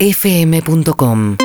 urbanaplayfm.com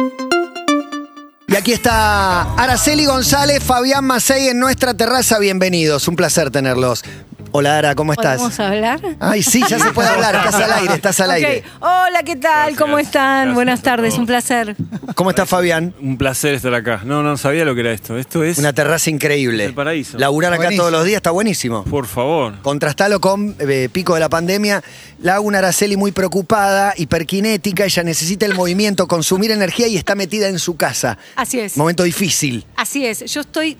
Y aquí está Araceli González, Fabián Macei en nuestra terraza. Bienvenidos, un placer tenerlos. Hola Ara, ¿cómo estás? ¿Podemos hablar? Ay, sí, ya se puede hablar, estás al aire, estás al Ok. aire. Hola, ¿qué tal? Gracias. ¿Cómo están? Gracias Buenas por tardes, todo. un placer. ¿Cómo está Fabián? Un placer estar acá. No, no sabía lo que era esto. Esto es. Una terraza increíble. El paraíso. Laburar acá Buenísimo. todos los días está buenísimo. Por favor. Contrastalo con eh, Pico de la Pandemia. La hago una Araceli muy preocupada, hiperkinética, ella necesita el movimiento, consumir energía y está metida en su casa. Así es. Momento difícil. Así es. Yo estoy.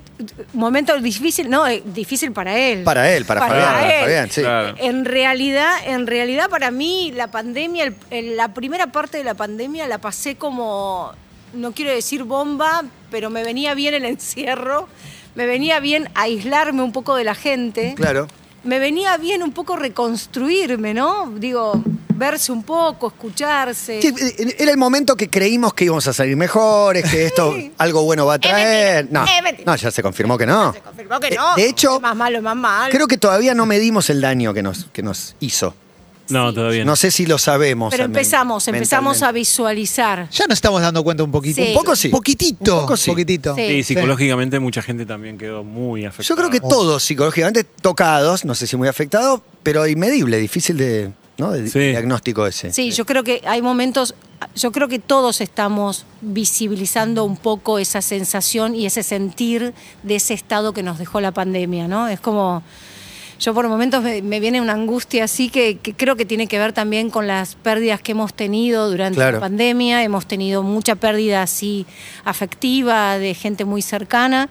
Momento difícil, no, eh, difícil para él. Para él, para, Para Fabián. Para él. Fabián, sí. Claro. En realidad, en realidad para mí la pandemia, el- el- la primera parte de la pandemia la pasé como, no quiero decir bomba, pero me venía bien el encierro, me venía bien aislarme un poco de la gente. Claro. me venía bien un poco reconstruirme, ¿no? Digo, verse un poco, escucharse. Sí, eh, era el momento que creímos que íbamos a salir mejores, que esto algo bueno va a traer. mentira, No, es mentira. no, ya se confirmó que no. Se confirmó que De- no. eh, de hecho, más malo, más malo. Creo que todavía no medimos el daño que nos, que nos hizo. No, todavía no. No sé si lo sabemos. Pero al men- empezamos, empezamos a mentalmente. visualizar. Ya nos estamos dando cuenta un poquito. Sí. Un poco sí. Poquitito. Un poco sí. Poquitito. Sí. Sí, psicológicamente mucha gente también quedó muy afectada. Yo creo que todos psicológicamente tocados, no sé si muy afectados, pero inmedible, difícil de, ¿no? de Sí. diagnóstico ese. Sí, yo creo que hay momentos, yo creo que todos estamos visibilizando un poco esa sensación y ese sentir de ese estado que nos dejó la pandemia, ¿no? Es como, yo por momentos me, me viene una angustia así que, que creo que tiene que ver también con las pérdidas que hemos tenido durante Claro. la pandemia, hemos tenido mucha pérdida así afectiva de gente muy cercana.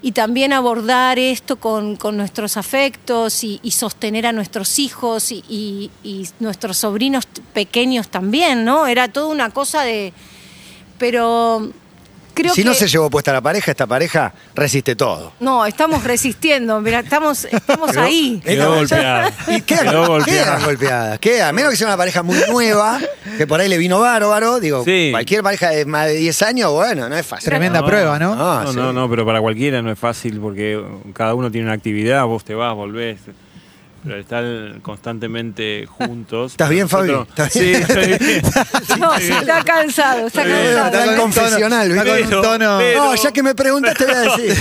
Y también abordar esto con, con nuestros afectos y, y sostener a nuestros hijos y, y- y nuestros sobrinos t- pequeños también, ¿no? Era toda una cosa de... Pero creo si que... no se llevó puesta la pareja, esta pareja resiste todo. No, estamos resistiendo, mira, estamos, estamos Quedó- ahí. Quedó Esta- golpeada. Y quedan, Quedó quedan golpeada. golpeadas. Queda, a menos que sea una pareja muy nueva, que por ahí le vino bárbaro. Digo, Sí. cualquier pareja de más de 10 años, bueno, no es fácil. Tremenda prueba, ¿no? Ah, no, sí. no, no, pero para cualquiera no es fácil porque uh, cada uno tiene una actividad, vos te vas, volvés. Pero al estar constantemente juntos. ¿Estás bien, Fabi? Nosotros- ¿Estás Sí, bien? estoy bien. No, está cansado, está Está bien, cansado. está con en un tono- confesional, está ¿viste? con un tono. Pero- No, ya que me preguntas, te voy a decir.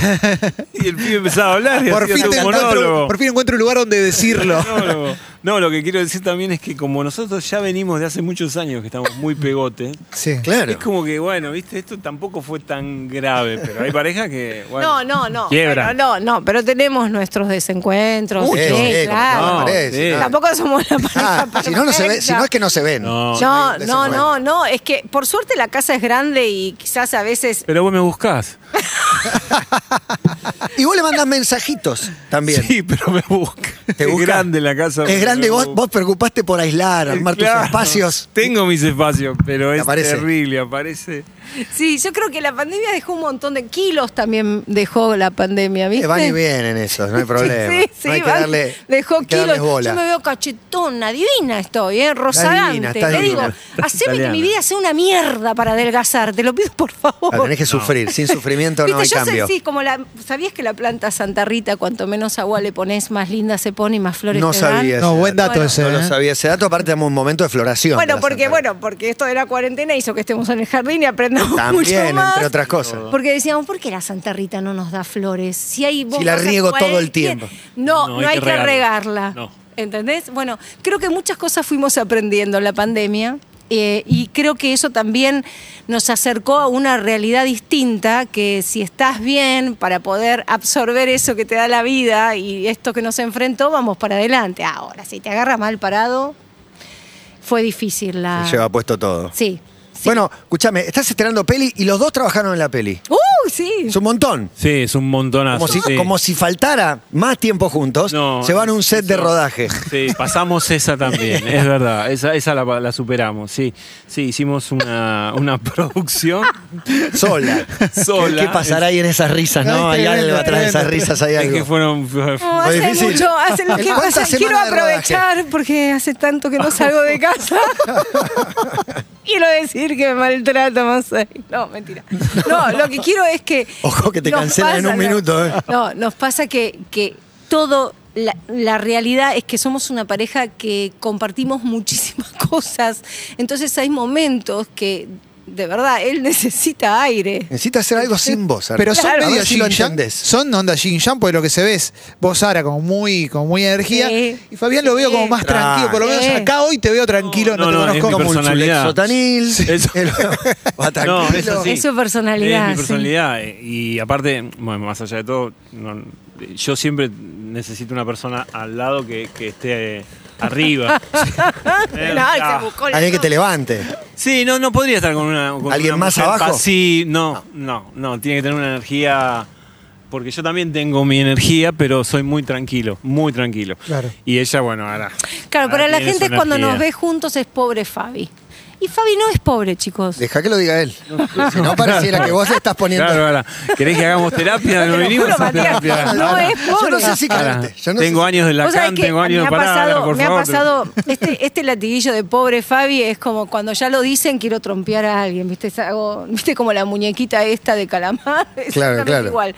Y el pibe empezaba a hablar y Por hacía fin, todo te un encuentro, monólogo. por fin encuentro un lugar donde decirlo. No, no. No, lo que quiero decir también es que como nosotros ya venimos de hace muchos años que estamos muy pegotes, Sí. Claro. es como que, bueno, viste, esto tampoco fue tan grave, pero hay parejas que, bueno, No, no, no. Quiebra. Bueno, no, no, pero tenemos nuestros desencuentros. Mucho, sí, eh, como claro. no, No, parece, sí. no. Tampoco somos la pareja. Ah, si no, no se ve, si no es que no se ven. hay No, No. no, no, desencuentro. no. Es que por suerte la casa es grande y quizás a veces. pero vos me buscás. Y vos le mandás mensajitos también. Sí, pero me buscas. ¿Te es busca? grande la casa. Es grande, me vos, busca. vos preocupaste por aislar, armar Claro. tus espacios. Tengo mis espacios, pero es Aparece. terrible, aparece. Sí, yo creo que la pandemia dejó un montón de kilos también dejó la pandemia, ¿viste? Eh, Van y vienen esos, no hay problema. Sí, sí, no hay que van- darle, dejó hay que darles kilos. bola. Yo me veo cachetona, divina estoy, ¿eh? divina, Rozagante. estás Te digo, divina. haceme que Italiana. mi vida sea una mierda para adelgazar, te lo pido por favor. La tenés que sufrir, sin sufrimiento no hay Viste, yo cambio. Sé, sí, como la, ¿Sabías que la planta Santa Rita, cuanto menos agua le pones, más linda se pone y más flores No te dan? sabía No, ese buen dato Bueno, ese. No lo ¿eh? sabía ese dato, aparte damos un momento de floración. de Bueno, la porque, Santa bueno, porque esto de la cuarentena hizo que estemos en el jardín y aprendamos Rita. mucho También, más. entre otras cosas. Porque decíamos, ¿por qué la Santa Rita no nos da flores? Si hay vos Si la vas a riego todo el cualquier- tiempo. No, no, No, hay, que, regarla. No. ¿Entendés? Bueno, creo que muchas cosas fuimos aprendiendo en la pandemia. eh, y creo que eso también nos acercó a una realidad distinta, que si estás bien para poder absorber eso que te da la vida y esto que nos enfrentó, vamos para adelante. Ahora, si te agarras mal parado, fue difícil la... Se lleva puesto todo. Sí. sí. Bueno, escúchame, estás estrenando peli y los dos trabajaron en la peli. ¡Uh, sí! Es un montón. Sí, es un montonazo. Como si, Ah, sí. como si faltara más tiempo juntos, No, se van a un set de eso- rodaje. Sí, pasamos esa también, es verdad. Esa, esa la, la superamos, sí. Sí, hicimos una, una producción Sola. sola. ¿Qué, qué pasará ahí en esas risas? No, Ay, hay tremendo, algo atrás de esas tremendo. risas, hay Es que algo. fueron. fue- No, hace difícil. mucho, hace ¿En lo que cuántas pasa. Quiero semanas de aprovechar porque hace tanto que no salgo de casa. quiero decir que me maltrata más ahí. No, mentira. No, lo que quiero es que. Ojo que te nos cancelan en un no. minuto, ¿eh? No, nos pasa que, que todo la, la realidad es que somos una pareja que compartimos muchísimas cosas. Entonces hay momentos que de verdad él necesita aire. Necesita hacer algo sin vos. Pero son Claro. A medio ver si lo yin yang, entendés. Son onda Jin Yang, porque lo que se ve es vos, Sara, como muy, con muy energía. Sí. Y Fabián lo veo Sí. como más tranquilo. Por lo menos Sí. acá hoy te veo tranquilo, no, No, no, te es conozco mi como un persona. chule. personalidad. Sotanil. Eso. el- va tranquilo. No, es así. Es su personalidad, Es mi sí. personalidad. Y aparte, bueno, más allá de todo, no- yo siempre necesito una persona al lado que, que esté arriba. Eh, No, él ah. se buscó la Alguien que nota. te levante. Sí, no, no podría estar con una. con ¿Alguien una más mujer abajo? pas- Sí, no, no, no. Tiene que tener una energía. Porque yo también tengo mi energía, pero soy muy tranquilo, muy tranquilo. Claro. Y ella, bueno, ahora. Claro, para ahora la tiene gente su cuando nos ve energía. juntos es pobre Fabi. Y Fabi no es pobre, chicos. Deja que lo diga él. Si no pareciera que vos estás poniendo. Claro, ahora. ¿Querés que hagamos terapia? No Te lo vinimos juro, a Matías, terapia. No es Yo pobre. no sé si Ahora, cagarte. Yo no tengo sé si- años de Vos sabés Lacan, que tengo años me de ha pará, pasado, ahora, por me favor. ha pasado este, este latiguillo de pobre Fabi es como cuando ya lo dicen quiero trompear a alguien, ¿viste? Es algo- ¿viste? Como la muñequita esta de calamar. Exactamente claro. Igual.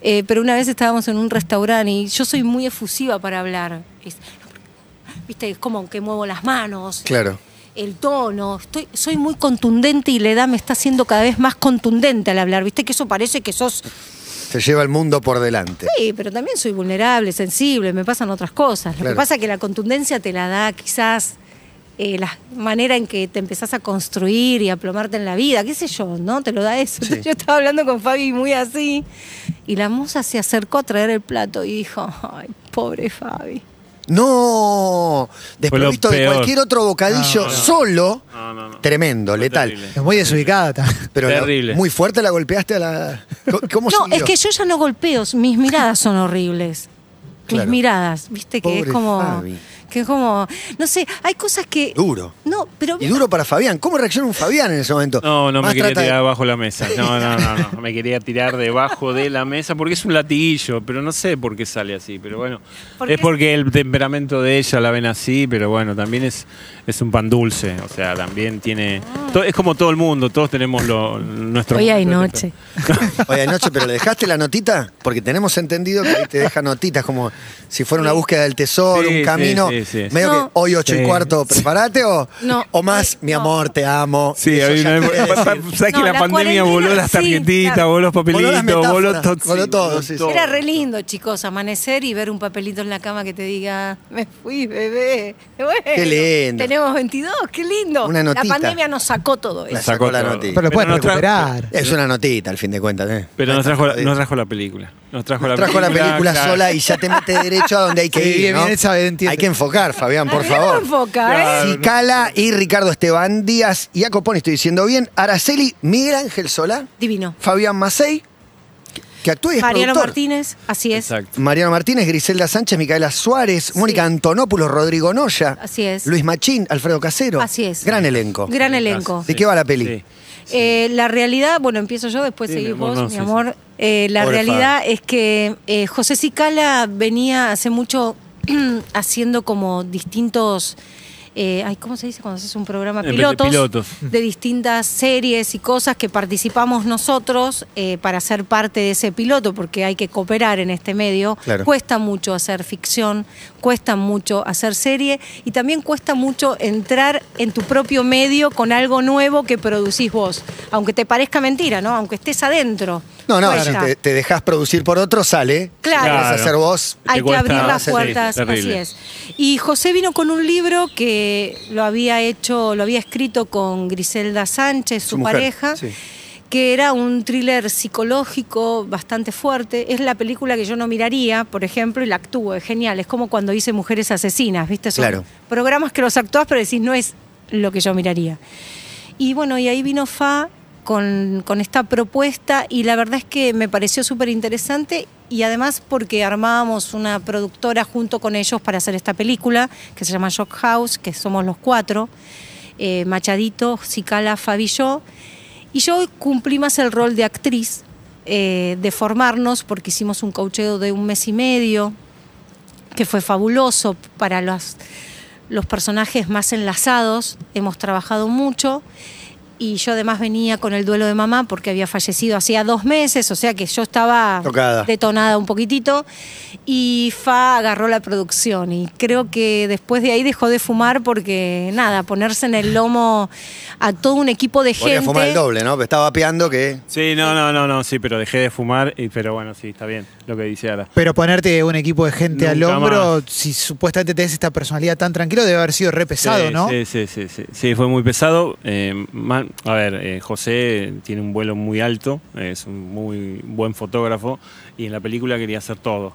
Eh, pero una vez estábamos en un restaurante y yo soy muy efusiva para hablar. Es- ¿Viste? Es como que muevo las manos Claro. el tono, estoy, soy muy contundente y la edad me está haciendo cada vez más contundente al hablar, viste que eso parece que sos, Se lleva el mundo por delante. sí, pero también soy vulnerable, sensible, me pasan otras cosas. Lo Claro. que pasa es que la contundencia te la da quizás eh, la manera en que te empezás a construir y a plomarte en la vida, qué sé yo, ¿no? Te lo da eso. Sí. Yo estaba hablando con Fabi muy así y la moza se acercó a traer el plato y dijo, ay, pobre Fabi. No, desprovisto de peor. cualquier otro bocadillo solo, No, no, no. tremendo, Fue letal. terrible. Es muy desubicada. ta. Pero la- Terrible. muy fuerte la golpeaste a la. ¿Cómo- ¿Cómo No, siguió? es que yo ya no golpeo, mis miradas son horribles. Claro. Mis miradas, viste que Pobre es como Fabi. que es como no sé, hay cosas que Duro. No, pero Y duro para Fabián. ¿Cómo reacciona un Fabián en ese momento? No, no me Más quería trata de- tirar abajo la mesa. No, no, no, no. Me quería tirar debajo de la mesa porque es un latiguillo, pero no sé por qué sale así. Pero bueno, ¿Por es qué? porque el temperamento de ella la ven así, pero bueno, también es, es un pan dulce. O sea, también tiene. to- es como todo el mundo, todos tenemos lo, nuestro. Ah. hoy hay nuestro- noche. Oye, anoche, pero ¿le dejaste la notita? Porque tenemos entendido que ahí te deja notitas como si fuera una búsqueda del tesoro, Sí, un sí, camino. sí, sí. Medio No. que hoy ocho y Sí. cuarto, prepárate o, No. o más, mi No. amor, te amo. Sí, Eso había ya una quiere época- decir. ¿Sabes No, que la, la pandemia cuarentena, voló las sí, tarjetitas, claro. voló los Voló las papelitos, metáforas, voló, todo. voló sí, todo, sí, sí. Era re lindo, chicos, amanecer y ver un papelito en la cama que te diga, "Me fui, bebé." Bueno, Qué lindo. Tenemos 22, qué lindo. Una notita. La pandemia nos sacó todo La eso. sacó sacó la todo. notita. Pero lo Pero puedes no tra- recuperar. Es una notita, al fin de cuentas. ¿eh? Pero Ahí nos está trajo, jodido. nos trajo la película. Nos trajo la Trajo la película, película claro. sola y ya te mete derecho a donde hay que Sí, ir. bien, ¿no? bien, sabe, entiende. Hay que enfocar, Fabián, por Ah, mirá favor. cómo enfoca, ¿eh? Claro. Cicala y Ricardo Esteban Díaz y Acoponi, estoy diciendo bien. Araceli Miguel Ángel Solá, Divino. Fabián Macei, que- que actúa y es Mariano productor. Martínez, así es. Exacto. Mariano Martínez, Griselda Sánchez, Micaela Suárez, Sí. Mónica Antonopoulos, Rodrigo Noya. Así es. Luis Machín, Alfredo Casero. Así es. Gran elenco. Gran elenco. ¿De qué va la peli? Sí. Eh, la realidad, bueno, empiezo yo, después Sí, mi seguís amor, vos, no, mi sí, amor. Eh, la Pobre realidad es que eh, José Sicala venía hace mucho haciendo como distintos. eh, ay, ¿Cómo se dice cuando haces un programa? Eh, de Pilotos, pilotos. de distintas series y cosas que participamos nosotros eh, para ser parte de ese piloto, porque hay que cooperar en este medio. Claro. Cuesta mucho hacer ficción, cuesta mucho hacer serie y también cuesta mucho entrar en tu propio medio con algo nuevo que producís vos, aunque te parezca mentira, ¿no? Aunque estés adentro. No, no, Cuesta. si te, te dejás producir por otro, sale. Claro. Si querés hacer vos. Te Hay que cuesta abrir las hacer- puertas, sí, así terrible. es. Y José vino con un libro que lo había hecho, lo había escrito con Griselda Sánchez, su, Su mujer, pareja, sí. que era un thriller psicológico bastante fuerte. Es la película que yo no miraría, por ejemplo, y la actúo, es genial. Es como cuando hice Mujeres Asesinas, ¿viste? Son Claro. programas que los actuás, pero decís, no es lo que yo miraría. Y bueno, y ahí vino Fa con, con esta propuesta y la verdad es que me pareció súper interesante y además porque armábamos una productora junto con ellos para hacer esta película que se llama Shock House, que somos los cuatro, eh, Machadito, Cicala, Fabi y yo. Y yo hoy cumplí más el rol de actriz, eh, de formarnos, porque hicimos un caucheo de un mes y medio, que fue fabuloso para los, los personajes más enlazados. Hemos trabajado mucho y yo además venía con el duelo de mamá porque había fallecido hacía dos meses, o sea que yo estaba Tocada. detonada un poquitito. Y Fa agarró la producción y creo que después de ahí dejó de fumar porque nada, ponerse en el lomo a todo un equipo de Podría gente. fumar el doble, ¿no? Estaba vapeando que. Sí, no, no, no, no, sí, pero dejé de fumar, y, pero bueno, sí, está bien lo que dice Ara. Pero ponerte un equipo de gente al Nunca hombro, si supuestamente tenés esta personalidad tan tranquila, debe haber sido re pesado, Sí, ¿no? Sí, sí, sí, sí. Sí, fue muy pesado. Eh, ma- a ver, eh, José tiene un vuelo muy alto, es un muy buen fotógrafo y en la película quería hacer todo.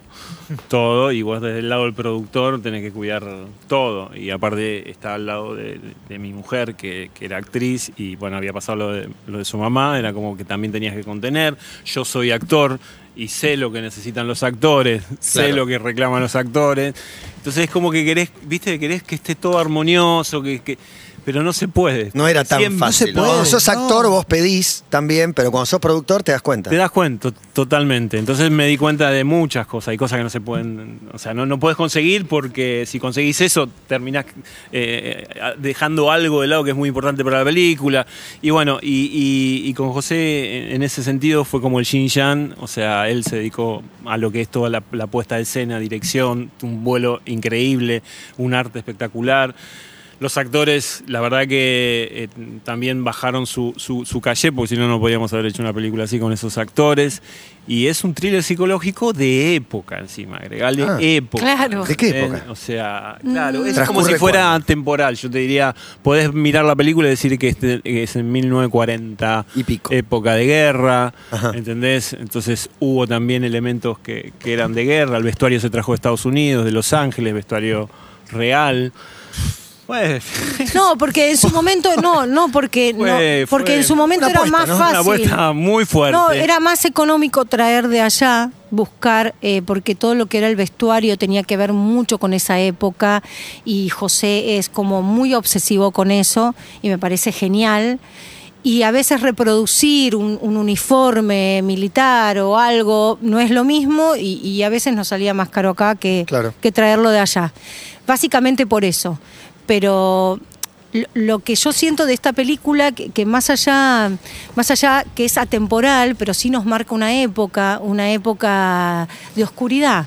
Todo, y vos desde el lado del productor tenés que cuidar todo. Y aparte está al lado de, de mi mujer, que, que era actriz, y bueno, había pasado lo de, lo de su mamá, era como que también tenías que contener. Yo soy actor. Y sé lo que necesitan los actores, sé Claro. lo que reclaman los actores. Entonces es como que querés, viste, querés que esté todo armonioso, que, que- pero no se puede. No era tan Siempre- fácil. puede, Cuando sos no. actor, vos pedís también, pero cuando sos productor te das cuenta. Te das cuenta, to- totalmente. Entonces me di cuenta de muchas cosas. Hay cosas que no se pueden. O sea, no, no puedes conseguir porque si conseguís eso, terminás eh, dejando algo de lado que es muy importante para la película. Y bueno, y, y- y con José, en ese sentido, fue como el Shin Yang. O sea, él se dedicó a lo que es toda la, la puesta de escena, dirección, un vuelo increíble, un arte espectacular. Los actores, la verdad que eh, también bajaron su, su, su calle, porque si no, no podíamos haber hecho una película así con esos actores. Y es un thriller psicológico de época, encima, agregarle Ah. época. Claro. ¿De qué época? Eh, o sea, claro, es Transcurre como si fuera cuándo? temporal. Yo te diría, podés mirar la película y decir que este- que es en 1940, Y pico. época de guerra, Ajá. ¿entendés? Entonces hubo también elementos que, que eran de guerra. El vestuario se trajo de Estados Unidos, de Los Ángeles, vestuario real. Pues, No, porque en su momento, no, no, porque, no, Fue- porque fue en su momento una era apuesta, más ¿no? Una una fácil. apuesta muy fuerte. No, era más económico traer de allá, buscar, eh, porque todo lo que era el vestuario tenía que ver mucho con esa época y José es como muy obsesivo con eso y me parece genial. Y a veces reproducir un, un uniforme militar o algo no es lo mismo y, y a veces nos salía más caro acá que, Claro. que traerlo de allá. Básicamente por eso. Pero lo- lo que yo siento de esta película, que, que más allá, más allá que es atemporal, pero sí nos marca una época, una época de oscuridad,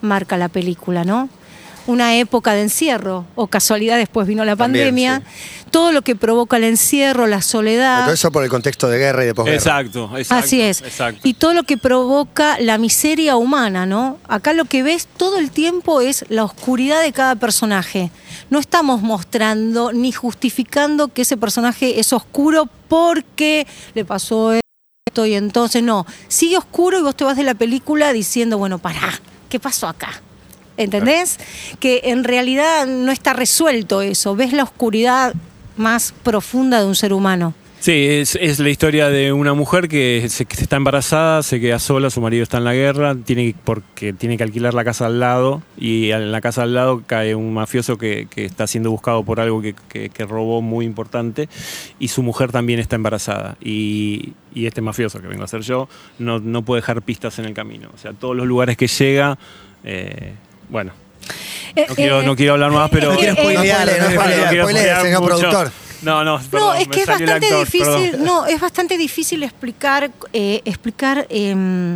marca la película, ¿no? Una época de encierro, o casualidad después vino la También, pandemia, todo lo que provoca el encierro, la soledad. Todo eso por el contexto de guerra y de posguerra. Exacto, exacto. Así es. Exacto. Y todo lo que provoca la miseria humana, ¿no? Acá lo que ves todo el tiempo es la oscuridad de cada personaje. No estamos mostrando ni justificando que ese personaje es oscuro porque le pasó esto y entonces no. Sigue oscuro y vos te vas de la película diciendo, bueno, pará, ¿qué pasó acá? ¿Entendés? Que en realidad no está resuelto eso. Ves la oscuridad más profunda de un ser humano. Sí, es, es la historia de una mujer que, se, que está embarazada, se queda sola, su marido está en la guerra, tiene que- porque tiene que alquilar la casa al lado y en la casa al lado cae un mafioso que, que está siendo buscado por algo que, que- que robó muy importante y su mujer también está embarazada y, y este mafioso que vengo a ser yo no, no puede dejar pistas en el camino, o sea, todos los lugares que llega, eh, bueno, Eh, no quiero, eh, no quiero hablar más, pero... No quiero spoilear, no spoilear, quiero spoilear, spoilear señor mucho. productor. No, no, No, perdón, es me que es salió el bastante actor, perdón. difícil. No, es bastante difícil explicar, eh, explicar, eh,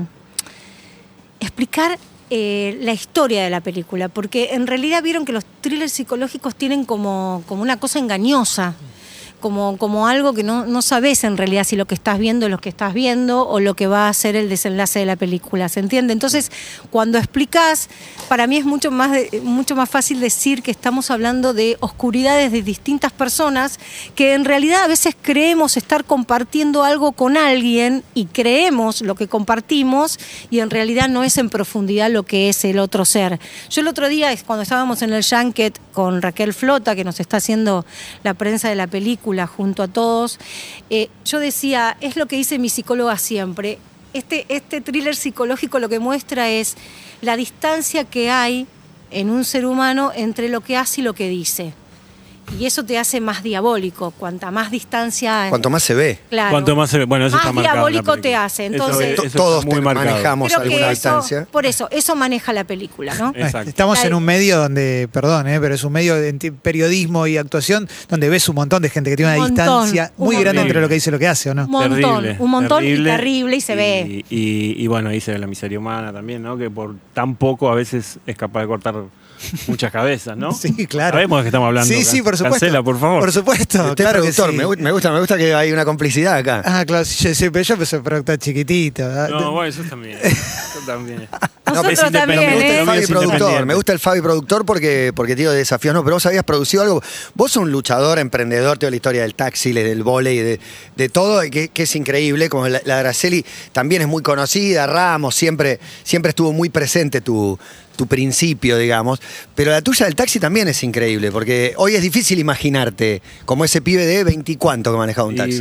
explicar eh, la historia de la película, porque en realidad vieron que los thrillers psicológicos tienen como, como una cosa engañosa. Como, como algo que no, no sabes en realidad si lo que estás viendo es lo que estás viendo o lo que va a ser el desenlace de la película, ¿se entiende? Entonces, cuando explicas, para mí es mucho más, de- mucho más fácil decir que estamos hablando de oscuridades de distintas personas que en realidad a veces creemos estar compartiendo algo con alguien y creemos lo que compartimos y en realidad no es en profundidad lo que es el otro ser. Yo el otro día, es cuando estábamos en el Junket con Raquel Flota, que nos está haciendo la prensa de la película junto a todos, eh, yo decía, es lo que dice mi psicóloga siempre, este, este thriller psicológico lo que muestra es la distancia que hay en un ser humano entre lo que hace y lo que dice Y eso te hace más diabólico, cuanta más distancia... Cuanto más se ve. claro, Cuanto más se ve- bueno, eso más está marcado en la diabólico te película. hace. Eso Entonces, es- To- está Todos muy te- marcado. manejamos creo que alguna eso- distancia. por eso, eso maneja la película, ¿no? Exacto. Estamos Ay. en un medio donde, perdón, eh, pero es un medio de enti- periodismo y actuación donde ves un montón de gente que tiene una Un montón, distancia un muy grande montón. entre lo que dice y lo que hace, ¿o no? Un montón, Terrible, un montón y terrible y se ve. Y, y- y bueno, ahí se ve la miseria humana también, ¿no? Que por tan poco a veces es capaz de cortar muchas cabezas, ¿no? Sí, claro. Sabemos de qué estamos hablando. Sí, sí, Can- por supuesto. Cancela, por favor. Por supuesto, Usted es claro que Este productor, sí. me, gu- me gusta, me gusta que hay una complicidad acá. Ah, claro, sí, yo siempre yo empecé productor chiquitito. ¿verdad? No, bueno, eso también. Eso también. Ah, Nosotros es también, Me gusta independiente, ¿eh? el también Fabi es productor, independiente. me gusta el Fabi productor porque, porque tío, de desafíos no, pero vos habías producido algo. Vos sos un luchador, emprendedor, te doy la historia del taxi, le- del volei, de, de todo, que, que es increíble, como la, la Araceli también es muy conocida, Ramos, siempre, siempre estuvo muy presente tu, tu principio, digamos. Pero la tuya del taxi también es increíble, porque hoy es difícil imaginarte como ese pibe de 20 cuánto que manejaba un Y taxi.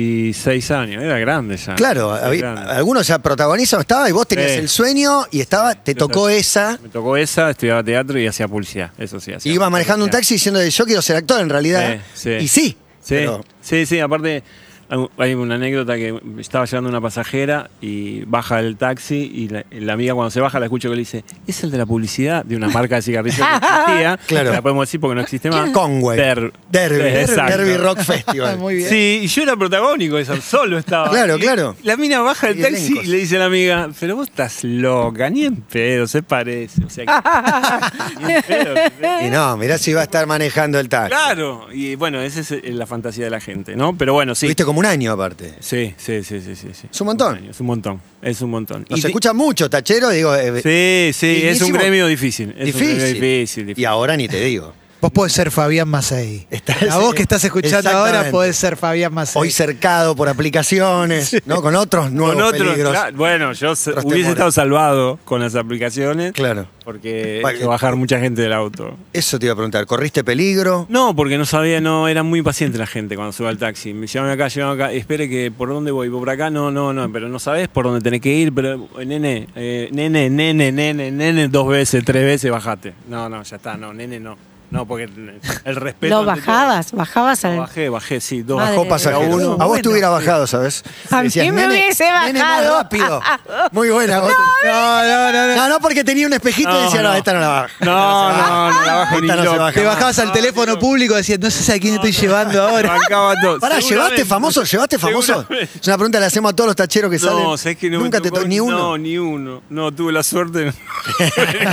26 años, era grande ya. Claro, Era había- grande. algunos ya protagonizan, estaba y vos tenías Sí. el sueño y estaba, te Yo tocó estaba- esa. Me tocó esa, estudiaba teatro y hacía publicidad, eso sí. Y hacía iba manejando un publicidad. taxi diciendo yo quiero ser actor en realidad. Eh, Sí, sí. Y sí. Sí, pero- sí, sí, aparte hay- hay una anécdota que estaba llegando una pasajera y baja el taxi y la, la amiga cuando se baja la escucho que le dice, es el de la publicidad de una marca de cigarrillos que existía, Claro. que la podemos decir porque no existe más. Conway. Der- Derby. Exacto. Derby Rock Festival. Muy bien. Sí, y yo era protagónico, esa, solo estaba. Claro, Y claro. La mina baja el Y taxi elencos. y le dice a la amiga, pero vos estás loca, ni en pedo, se parece. O sea, que- ni en pedo, se parece. Y no, mirá si iba a estar manejando el taxi. Claro, y bueno, esa es eh, la fantasía de la gente, ¿no? Pero bueno, sí. Viste como un año aparte. Sí, sí, sí, sí, sí, sí. Es un montón. Es un montón, es un montón. Nos Y te- escucha mucho, tachero, digo. eh, Sí, sí, es un Lindísimo. gremio difícil. Es difícil. Un gremio difícil, difícil. Y ahora ni te digo. Vos podés ser Fabián Macei. Está- La voz que estás escuchando Exactamente. ahora podés ser Fabián Macei. Hoy cercado por aplicaciones, ¿no? Con otros nuevos Con otro, peligros. claro, bueno, yo se- Otros hubiese temores. estado salvado con las aplicaciones. Claro. Porque Vale. hay que bajar mucha gente del auto. Eso te iba a preguntar. ¿Corriste peligro? No, porque no sabía, no, era muy impaciente la gente cuando sube al taxi. Me llevaban acá, llevaban acá, espere que por dónde voy, por acá, no, no, no, pero no sabes por dónde tenés que ir, pero eh, nene, eh, nene, nene, nene, nene, dos veces, tres veces, bajate. No, no, ya está, no, nene, no. No, porque el- el respeto. Lo ante todo. bajabas, bajabas No, al... bajé, bajé, sí, dos. Madre Bajó Bajó mía. pasajero. Era uno. a vos te Bueno. hubiera bajado, ¿sabes? A mí me hubiese bajado". rápido. Muy buena. vos te- No, no, no, no. ah. No, no, porque tenía un espejito y No, decía, no, no. esta no la baja. No, no, no la bajo ni Esta no se loco. baja. Te bajabas Ah, al teléfono público y decías, no sé a quién estoy llevando ahora. Bancaba todo. Pará, Seguramente- ¿llevaste famoso? ¿Llevaste famoso? Seguramente. Es una pregunta que le hacemos a todos los tacheros que salen. No, sabés que no me Nunca te tocó tocó ni uno. No, ni uno. No, tuve la suerte.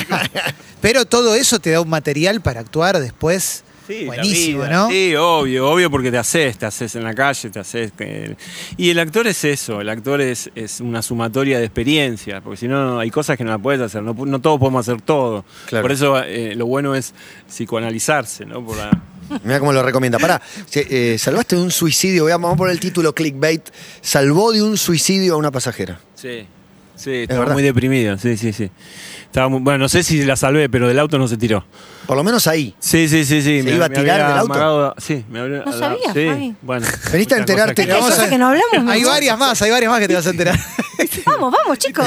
Pero todo eso te da un material para actuar después. Sí, la Buenísimo, vida. ¿no? Sí, obvio, obvio porque te haces, te haces en la calle, te haces. que- Y el actor es eso, el actor es, es una sumatoria de experiencias, porque si no, no, hay cosas que no la puedes hacer, no, pu- no todos podemos hacer todo. Claro. Por eso eh, lo bueno es psicoanalizarse, ¿no? Por la- Mira cómo lo recomienda. Pará, se- eh, salvaste de un suicidio. Veamos, Vamos a poner el título clickbait. Salvó de un suicidio a una pasajera. Sí. Sí, estaba verdad. muy deprimido, sí, sí, sí. Estaba muy- bueno, no sé si la salvé, pero del auto no se tiró. Por lo menos ahí. Sí, sí, sí, sí. ¿Se iba a tirar había del auto? amagado- sí, me había- No sabía, sí, Fabi. Bueno. Veniste a muchas enterarte que- cosas que- Vamos Cosas a- que no hablamos, Hay ¿no? varias más, hay varias más que te vas a enterar. Vamos, vamos, chicos.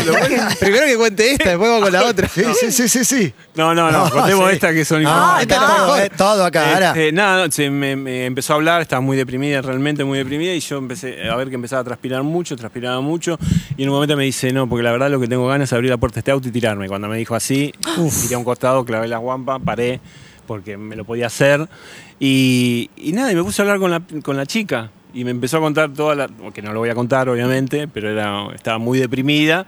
Primero que cuente esta, después vamos con la otra. Sí, sí, sí, sí, sí. No, no, no, Ah, contemos sí. esta que son No, importantes. esta no. es todo, eh, todo acá, ahora. Este, nada, se me, me empezó a hablar, estaba muy deprimida, realmente muy deprimida, y yo empecé a ver que empezaba a transpirar mucho, transpiraba mucho, y en un momento me dice, no, porque la verdad lo que tengo ganas es abrir la puerta de este auto y tirarme. Cuando me dijo así, tiré a un costado, clavé la guampa, paré, porque me lo podía hacer, y, y nada, y me puse a hablar con la, con la chica. Y me empezó a contar toda la. que no lo voy a contar, obviamente, pero era, estaba muy deprimida.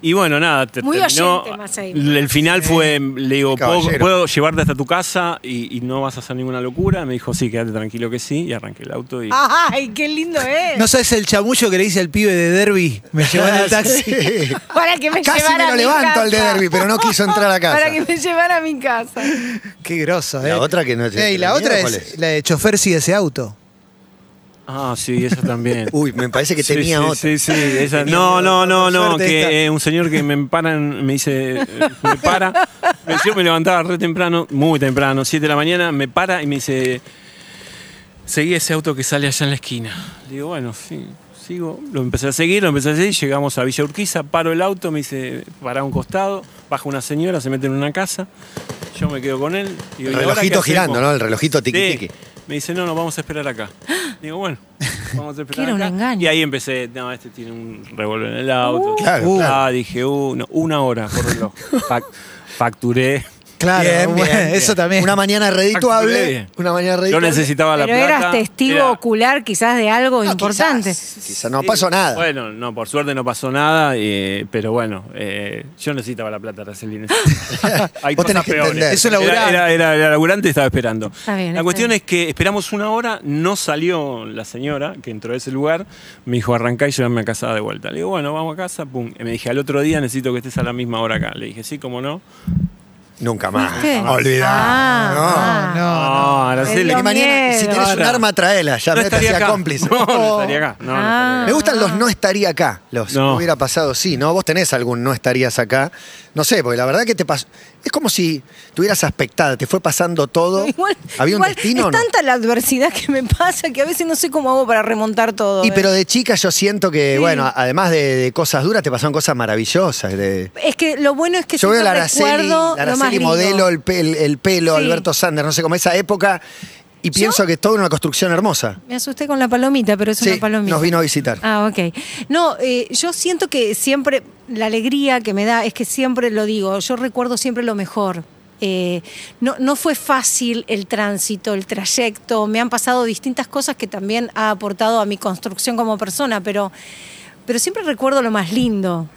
Y bueno, nada, te- Muy terminó. oyente, Macei. El final fue, le digo, ¿puedo, Caballero. puedo llevarte hasta tu casa y, y no vas a hacer ninguna locura? Me dijo, sí, quédate tranquilo que sí. Y arranqué el auto y... Ay, qué lindo es. No sabes el chamullo que le hice al pibe de Derby. Me llevó en el taxi. Sí. Para que me Casi llevara me a lo mi levanto casa. al de Derby, pero no quiso entrar a casa. Para que me llevara a mi casa. Qué groso, ¿eh? La otra que no- este, Eh, y la ¿la otra mía cuál es, es? la de chofer sigue ese auto. Ah, sí, esa también. Uy, me parece que Sí, tenía sí, otra. Sí, sí, esa- Tenía no, no, no, otra. Por no, suerte esta. que eh, un señor que me para, en- me dice, eh, me para, Me- yo me levantaba re temprano, muy temprano, 7 de la mañana, me para y me dice, seguí ese auto que sale allá en la esquina. Le digo, bueno, sí, sigo, lo empecé a seguir, lo empecé a seguir, llegamos a Villa Urquiza, paro el auto, me dice, para a un costado, baja una señora, se mete en una casa, yo me quedo con él. Y El digo, ¿y ahora relojito qué hacemos? girando, ¿no? El relojito tiqui Sí. tiqui. Me dice, no, no, vamos a esperar acá. Digo, bueno, vamos a Que esperar era un acá. engaño. Y ahí empecé, no, este tiene un revólver en el auto. Uh. Claro, Ah, claro. dije, uh, no, una hora por reloj. Fac- facturé. Claro, Bien, bueno, bien, eso bien. también. Una mañana Facturé redituable. bien. Una mañana Yo redituable. necesitaba la Pero plata. eras testigo era- ocular quizás de algo No, importante. Quizás, quizás no pasó nada. Bueno, no, por suerte no pasó nada, eh, pero bueno, eh, yo necesitaba la plata, Racelín. Hay Vos tenés cosas que peores. entender. Es un Era, laburante. era, era- era laburante y estaba esperando. Está bien, la está cuestión bien. es que esperamos una hora, no salió la señora que entró a ese lugar, me dijo arrancá y llévame a casa de vuelta. Le digo, bueno, vamos a casa, pum. Y me dije, al otro día necesito que estés a la misma hora acá. Le dije, sí, cómo no. Nunca más. ¿Viste? Olvidá. Ah, No. ah. No, no. Me Araceli. dio Y mañana, si miedo. tenés un Ahora. arma, traela. Ya no me te estaría hacía acá. cómplice. Oh. Ah. No, no estaría acá. No, no estaría acá. Me gustan los no estaría acá. Los No. hubiera pasado, sí, ¿no? Vos tenés algún no estarías acá. No sé, porque la verdad que te pasó. Es como si tuvieras aspectada, te fue pasando todo. Igual, Había un igual destino. es o no? tanta la adversidad que me pasa que a veces no sé cómo hago para remontar todo. Y ¿eh? pero de chica yo siento que, bueno, además de, de cosas duras, te pasaron cosas maravillosas. de- es que lo bueno es que yo veo siempre a la Araceli, recuerdo la lo más Araceli lindo. modelo, el, pe- el- el pelo, Sí. Alberto Sander, no sé, como esa época, y pienso que es toda una construcción hermosa. Me asusté con la palomita, pero es Sí, una palomita. nos vino a visitar. Ah, ok. No, eh, yo siento que siempre, la alegría que me da es que siempre lo digo, yo recuerdo siempre lo mejor. Eh, no, no fue fácil el tránsito, el trayecto, me han pasado distintas cosas que también ha aportado a mi construcción como persona, pero, pero siempre recuerdo lo más lindo.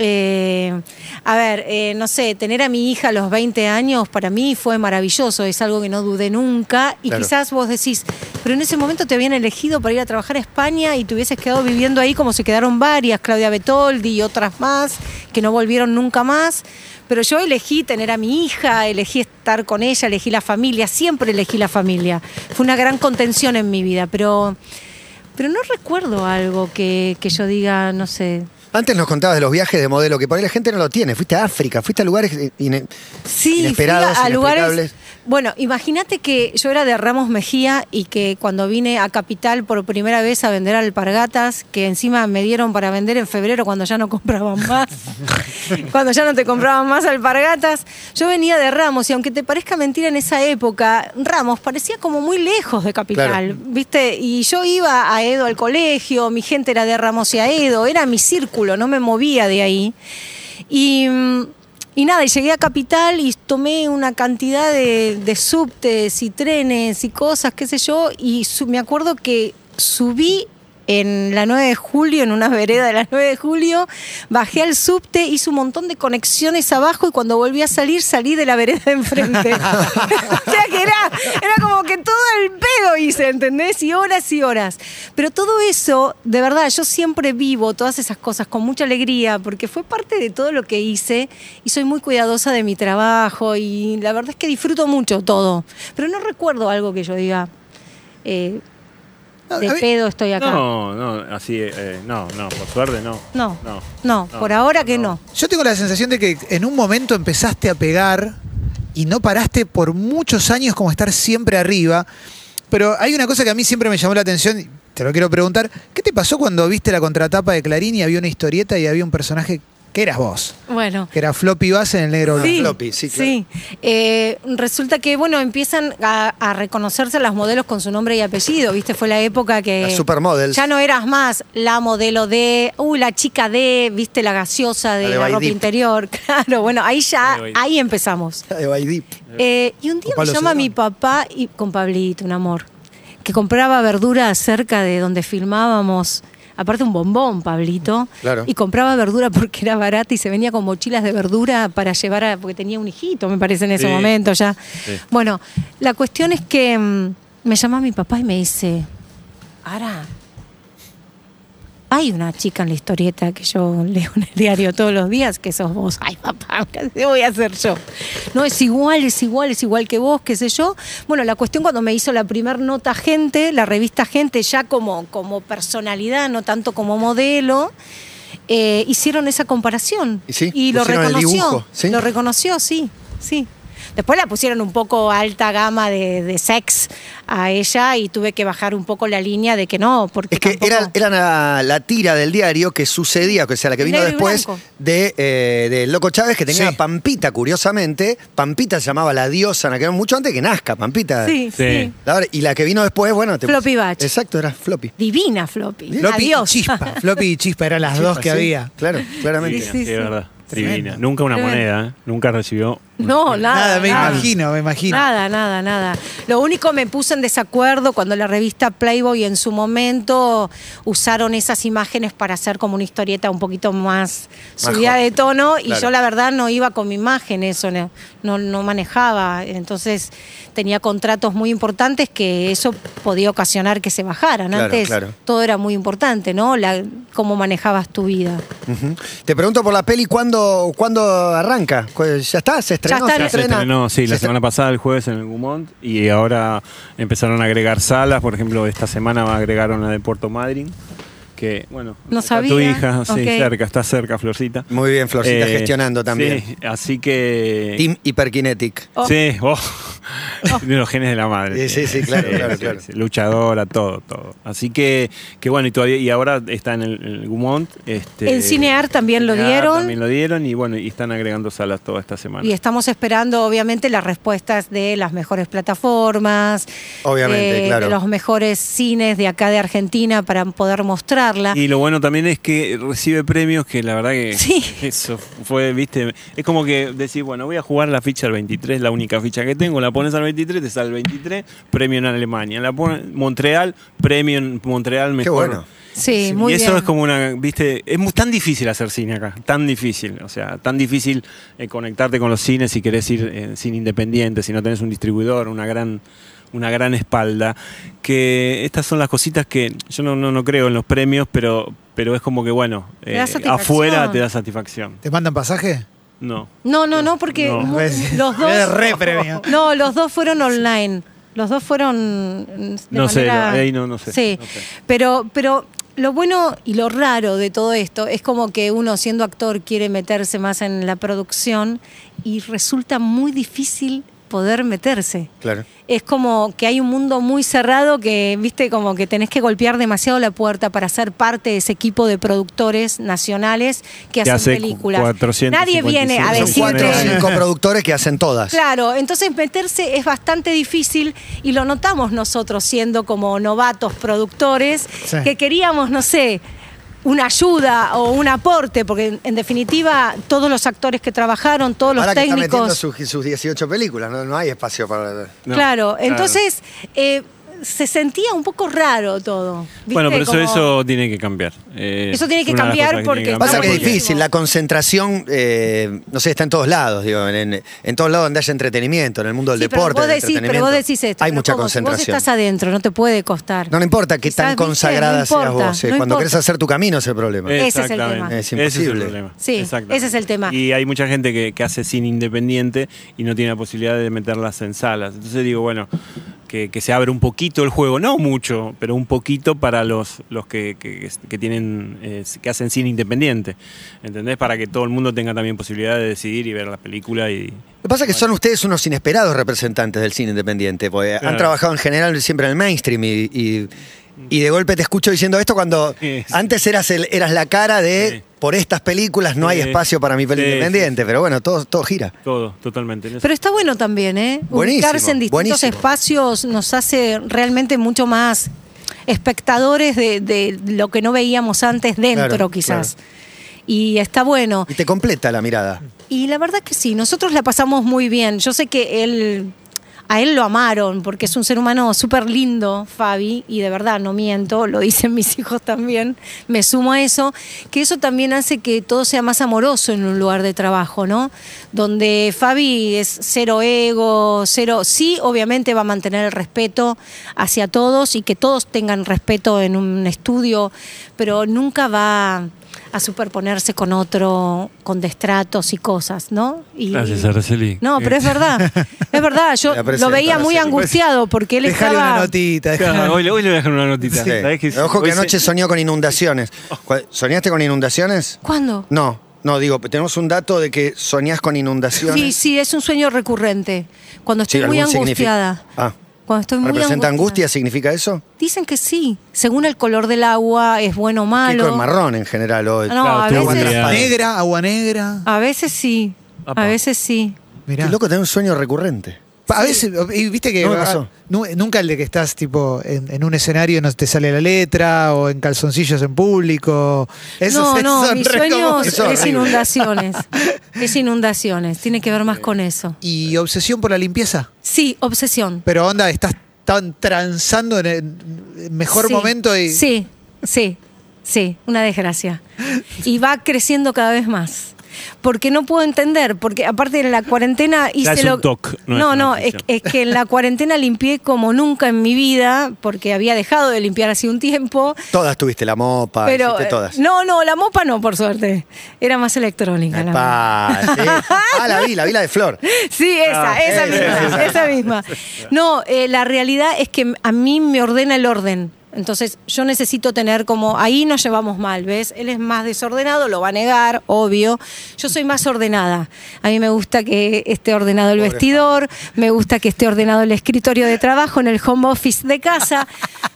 Eh, a ver, eh, no sé, tener a mi hija a los 20 años para mí fue maravilloso, es algo que no dudé nunca y Claro. quizás vos decís, pero en ese momento te habían elegido para ir a trabajar a España y te hubieses quedado viviendo ahí como se quedaron varias, Claudia Betoldi y otras más, que no volvieron nunca más, pero yo elegí tener a mi hija, elegí estar con ella, elegí la familia, siempre elegí la familia, fue una gran contención en mi vida, pero... Pero no recuerdo algo que, que yo diga, no sé, Antes nos contabas de los viajes de modelo, que por ahí la gente no lo tiene. Fuiste a África, fuiste a lugares eh, ine- Sí, inesperados, fui a- a inexplicables. lugares. Bueno, imagínate que yo era de Ramos Mejía y que cuando vine a Capital por primera vez a vender alpargatas, que encima me dieron para vender en febrero cuando ya no compraban más, cuando ya no te compraban más alpargatas, yo venía de Ramos y aunque te parezca mentira en esa época, Ramos parecía como muy lejos de Capital, Claro. ¿viste? Y yo iba a Edo al colegio, mi gente era de Ramos y a Edo, era mi círculo, no me movía de ahí. Y, mm, y nada, y llegué a Capital y tomé una cantidad de, de subtes y trenes y cosas, qué sé yo, y su- me acuerdo que subí en la 9 de julio, en una vereda de la 9 de julio, bajé al subte, hice un montón de conexiones abajo y cuando volví a salir, salí de la vereda de enfrente. o sea que era, era como que todo el pedo hice, ¿entendés? Y horas y horas. Pero todo eso, de verdad, yo siempre vivo todas esas cosas con mucha alegría porque fue parte de todo lo que hice y soy muy cuidadosa de mi trabajo y la verdad es que disfruto mucho todo. Pero no recuerdo algo que yo diga. eh, No, de a mí- pedo estoy acá. No, no, así, eh, no, no, por suerte no. No, no, no. por ahora que no. Yo tengo la sensación de que en un momento empezaste a pegar y no paraste por muchos años como estar siempre arriba. Pero hay una cosa que a mí siempre me llamó la atención, y te lo quiero preguntar. ¿Qué te pasó cuando viste la contratapa de Clarín y había una historieta y había un personaje que eras vos? Bueno. Que era Floppy Bass en el negro blanco. Sí. floppy, sí, claro. Eh, resulta que, bueno, empiezan a, a reconocerse las modelos con su nombre y apellido, ¿viste? Fue la época que... Las supermodels. Eh, Ya no eras más la modelo de, uh, la chica de, ¿viste? La gaseosa de La la, de ropa Baidip. interior. Claro, bueno, ahí ya, La de Baidip. ahí empezamos. de Baidí. Eh, y un día Con me Pablo llama Cedrón. mi papá y con Pablito, un amor, que compraba verdura cerca de donde filmábamos. Aparte un bombón, Pablito. Claro. Y compraba verdura porque era barata y se venía con mochilas de verdura para llevar a. porque tenía un hijito, me parece, en ese Sí. momento ya. Sí. Bueno, la cuestión es que mm, me llama mi papá y me dice. Ara, hay una chica en la historieta que yo leo en el diario todos los días, que sos vos. Ay, papá, ¿qué voy a hacer yo? No, es igual, es igual, es igual que vos, qué sé yo. Bueno, la cuestión cuando me hizo la primer nota Gente, la revista Gente, ya como, como personalidad, no tanto como modelo, eh, hicieron esa comparación. Y sí, y lo pusieron el reconoció. dibujo, ¿sí? Lo reconoció, sí, sí. Después la pusieron un poco alta gama de, de sex a ella y tuve que bajar un poco la línea de que no, porque. Es que tampoco- era, era la, la tira del diario que sucedía, o sea, la que vino Negro y después blanco. de, eh, de Loco Chávez, que tenía Sí. a Pampita, curiosamente. Pampita se llamaba la diosa, en aquel- mucho antes que nazca, Pampita. Sí, Sí. sí. La verdad, y la que vino después, bueno. te- Floppy Batch. Exacto, era Floppy. Divina Floppy. Floppy Adiós. y Chispa. Floppy y Chispa eran las dos que Sí, había. Claro, claramente. Divina, sí, sí, sí. es verdad. Tremendo. Divina. Nunca una Tremendo. moneda, ¿eh? Nunca recibió. No, Nada, nada. me nada. imagino, me imagino. Nada, nada, nada. Lo único me puse en desacuerdo cuando la revista Playboy en su momento usaron esas imágenes para hacer como una historieta un poquito más subida hot, de tono y claro. yo la verdad no iba con mi imagen eso, no, no, no manejaba. Entonces tenía contratos muy importantes que eso podía ocasionar que se bajaran. Claro, Antes claro. todo era muy importante, ¿no? La, cómo manejabas tu vida. Ujú. Te pregunto por la peli, ¿cuándo, ¿cuándo arranca? Pues, ¿Ya está? ¿Se estrenó? Ya está, Ya se estrena? estrenó, sí, Se la estre- semana pasada, el jueves en el Gumont, y ahora empezaron a agregar salas, por ejemplo, esta semana agregaron la de Puerto Madryn, que, bueno, No está tu sabía. hija, sí, Ok. cerca, está cerca, Florcita. Eh, Muy bien, Florcita, gestionando también. Sí, así que... Team Hyperkinetic. Oh. Sí, oh, de los genes de la madre. Sí, sí, sí, claro, claro, claro. Luchadora, todo, todo. Así que, que bueno, y todavía, y ahora está en el, el Gumont. Este, En Cinear también lo Cinear dieron. También lo dieron y bueno, y están agregando salas toda esta semana. Y estamos esperando, obviamente, las respuestas de las mejores plataformas, Obviamente, eh, de, claro. los mejores cines de acá de Argentina para poder mostrarla. Y lo bueno también es que recibe premios que la verdad que Sí. eso fue, viste, es como que decís, bueno, voy a jugar la ficha al 23, la única ficha que tengo, la pones al 23, te sale el 23, premio en Alemania, la pones Montreal, premio en Montreal mejor. bueno. sí, Sí, muy y eso bien. es como una, viste, es mu- tan difícil hacer cine acá, tan difícil, o sea, tan difícil eh, conectarte con los cines si querés ir en cine independiente, si no tenés un distribuidor, una gran, una gran espalda, que estas son las cositas que yo no, no, no creo en los premios, pero, pero es como que bueno, Te eh, da satisfacción. afuera te da satisfacción. ¿Te mandan pasaje? No. No, no, no, porque No. mu- Es- los es dos. re premio. No, los dos fueron online. Los dos fueron. mm, de No sé, manera- no, ahí no- no sé, Sí. no sé. Pero, pero lo bueno y lo raro de todo esto es como que uno, siendo actor, quiere meterse más en la producción y resulta muy difícil poder meterse. Claro. es como que hay un mundo muy cerrado que, viste, como que tenés que golpear demasiado la puerta para ser parte de ese equipo de productores nacionales que Que hacen hace películas. 456 Nadie viene a Son Son cuatro o decirte. cinco productores que hacen todas. Claro, entonces meterse es bastante difícil y lo notamos nosotros siendo como novatos productores Sí. que queríamos, no sé, una ayuda o un aporte, porque en, en definitiva todos los actores que trabajaron, todos los Ahora que está metiendo técnicos... sus, sus 18 películas, no, no hay espacio para... No, claro, entonces eh, se sentía un poco raro todo. ¿viste? Bueno, pero eso, Como- eso tiene que cambiar. Eh, Eso tiene que es una de las cambiar cosas que porque- tiene Pasa Está que es buenísimo. difícil, la concentración, eh, no sé, está en todos lados, digo, en, en todos lados donde haya entretenimiento, en el mundo del Sí, pero deporte, vos del decís, pero entretenimiento. vos decís esto. Hay pero mucha como si concentración. Vos estás adentro, no te puede costar. no, no importa qué Estás, tan viste, consagrada no seas importa, vos, eh, no cuando importa. querés hacer tu camino es el problema. Eh, Ese es el tema. Exactamente. Es Ese el imposible. problema. Sí, Exactamente. ese es el tema. Y hay mucha gente que, que hace cine independiente y no tiene la posibilidad de meterlas en salas. Entonces digo, bueno, que, que se abre un poquito el juego, no mucho, pero un poquito para los, los que, que- que tienen, eh, que hacen cine independiente. ¿Entendés? Para que todo el mundo tenga también posibilidad de decidir y ver las películas y. Lo que pasa es que son ustedes unos inesperados representantes del cine independiente, porque han Claro. trabajado en general siempre en el mainstream y, y- y de golpe te escucho diciendo esto cuando Sí, sí. antes eras, el, eras la cara de Sí. por estas películas no hay Sí. espacio para mi película Sí, independiente, pero bueno, todo, todo gira. Todo, totalmente. En eso. Pero está bueno también, ¿eh? Buenísimo, Ubicarse en distintos buenísimo. espacios nos hace realmente mucho más espectadores de, de lo que no veíamos antes dentro, Claro, quizás. Y está bueno. Y te completa la mirada. Y la verdad que sí, nosotros la pasamos muy bien. Yo sé que él, a él lo amaron porque es un ser humano súper lindo, Fabi, y de verdad no miento, lo dicen mis hijos también, me sumo a eso, que eso también hace que todo sea más amoroso en un lugar de trabajo, ¿no? Donde Fabi es cero ego, cero, sí, obviamente va a mantener el respeto hacia todos y que todos tengan respeto en un estudio, pero nunca va a superponerse con otro, con destratos y cosas, ¿no? Y- Gracias, Araceli. No, pero es verdad, es verdad, yo La lo presenta, veía muy Araceli. angustiado porque él Dejale estaba... una notita. dejale Claro, una- hoy, le- hoy le voy a dejar una notita. Sí. ¿Sabés que- Ojo que hoy Oh. se- anoche soñó con inundaciones. ¿Soñaste con inundaciones? ¿Cuándo? No. No, digo, tenemos un dato de que soñás con inundaciones. Sí, sí, es un sueño recurrente. Cuando estoy Sí, muy algún angustiada. signifi- Ah. Cuando estoy muy ¿Representa angustiada. angustia? ¿Significa eso? Dicen que sí. Según el color del agua, es bueno o Kiko malo. Ah, es marrón en general hoy. No, a tuvo Agua veces- día. negra, agua negra. A veces sí. Apa. A veces sí. Mirá. Qué loco tener un sueño recurrente. A veces, y viste que No me ah, pasó. nu- nunca el de que estás tipo en, en un escenario y no te sale la letra o en calzoncillos en público. no, Esos- no, esos mis re como- sueños eso es horrible. inundaciones. Es inundaciones. Tiene que ver más con eso. Y obsesión por la limpieza. Sí, obsesión. Pero onda, estás tan transando en el mejor Sí, momento y Sí, sí, sí, una desgracia. Y va creciendo cada vez más. Porque no puedo entender, porque aparte en la cuarentena hice es un lo. toc, no es no, una no, es, obsesión. es que en la cuarentena limpié como nunca en mi vida, porque había dejado de limpiar hace un tiempo. Todas tuviste la mopa, pero Ah, hiciste todas. eh, no, no, la mopa no, por suerte. Era más electrónica. la mopa. Epa, sí. Ah, la vi, la vi la de Flor. Sí, esa, Ah, esa sí, misma, sí, sí. esa misma. No, eh, la realidad es que a mí me ordena el orden. Entonces yo necesito tener como, ahí nos llevamos mal, ¿ves? Él es más desordenado, lo va a negar, obvio. Yo soy más ordenada. A mí me gusta que esté ordenado el Pobre vestidor, me gusta que esté ordenado el escritorio de trabajo, en el home office de casa,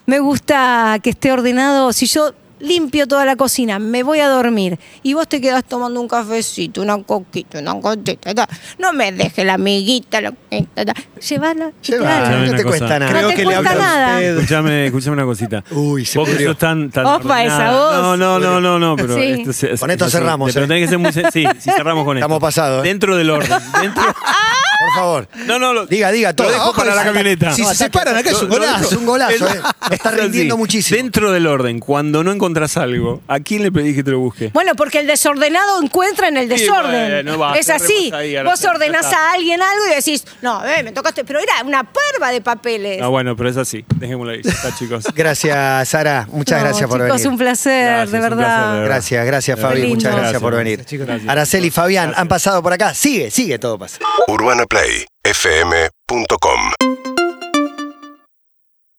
me gusta que esté ordenado, si yo limpio toda la cocina, me voy a dormir y vos te quedás tomando un cafecito, una coquita, una cosita, ta. no me dejes la amiguita, la coquita, ta. llévala. y Lleva, claro. Escuchame no una te cosa. cuesta nada. Creo No te que le cuesta hablo a nada. usted. Escuchame, escuchame una cosita. Uy, se Vos que pudrió. sos tan, tan Opa, ordenada. esa voz. No, no, no, no, no, pero Sí. esto se- Con esto se- cerramos, Pero eh. tenés que ser muy sen- sí, sí, cerramos con esto. Estamos pasados, eh. Dentro del orden. Dentro, Por favor. no, no, lo- Diga, diga, todo. Lo dejo Ojo, para la salta. camioneta. Si No, se ataque, separan acá es un Lo- lo golazo. Es un golazo, ¿eh? Está Es así. rindiendo muchísimo. Dentro del orden, cuando no encontrás algo, ¿a quién le pedís que te lo busque? Bueno, porque el desordenado encuentra en el Sí, desorden. bueno, va, es así. cerremos ahí a la Vos gente, ordenás ya está. a alguien algo y decís, no, eh, me tocaste, pero era una parva de papeles. Ah, bueno, pero es así. Dejémoslo ahí. Ya Está, chicos. Gracias, Sara. Muchas No, gracias por chicos, venir. un placer, Gracias, de un verdad. placer, de verdad. Gracias, gracias Qué Fabi, lindo. muchas gracias, Gracias, por venir. chicos. Araceli, Fabián, han pasado por acá. Sigue, sigue, todo pasa. UrbanaPlayFM.com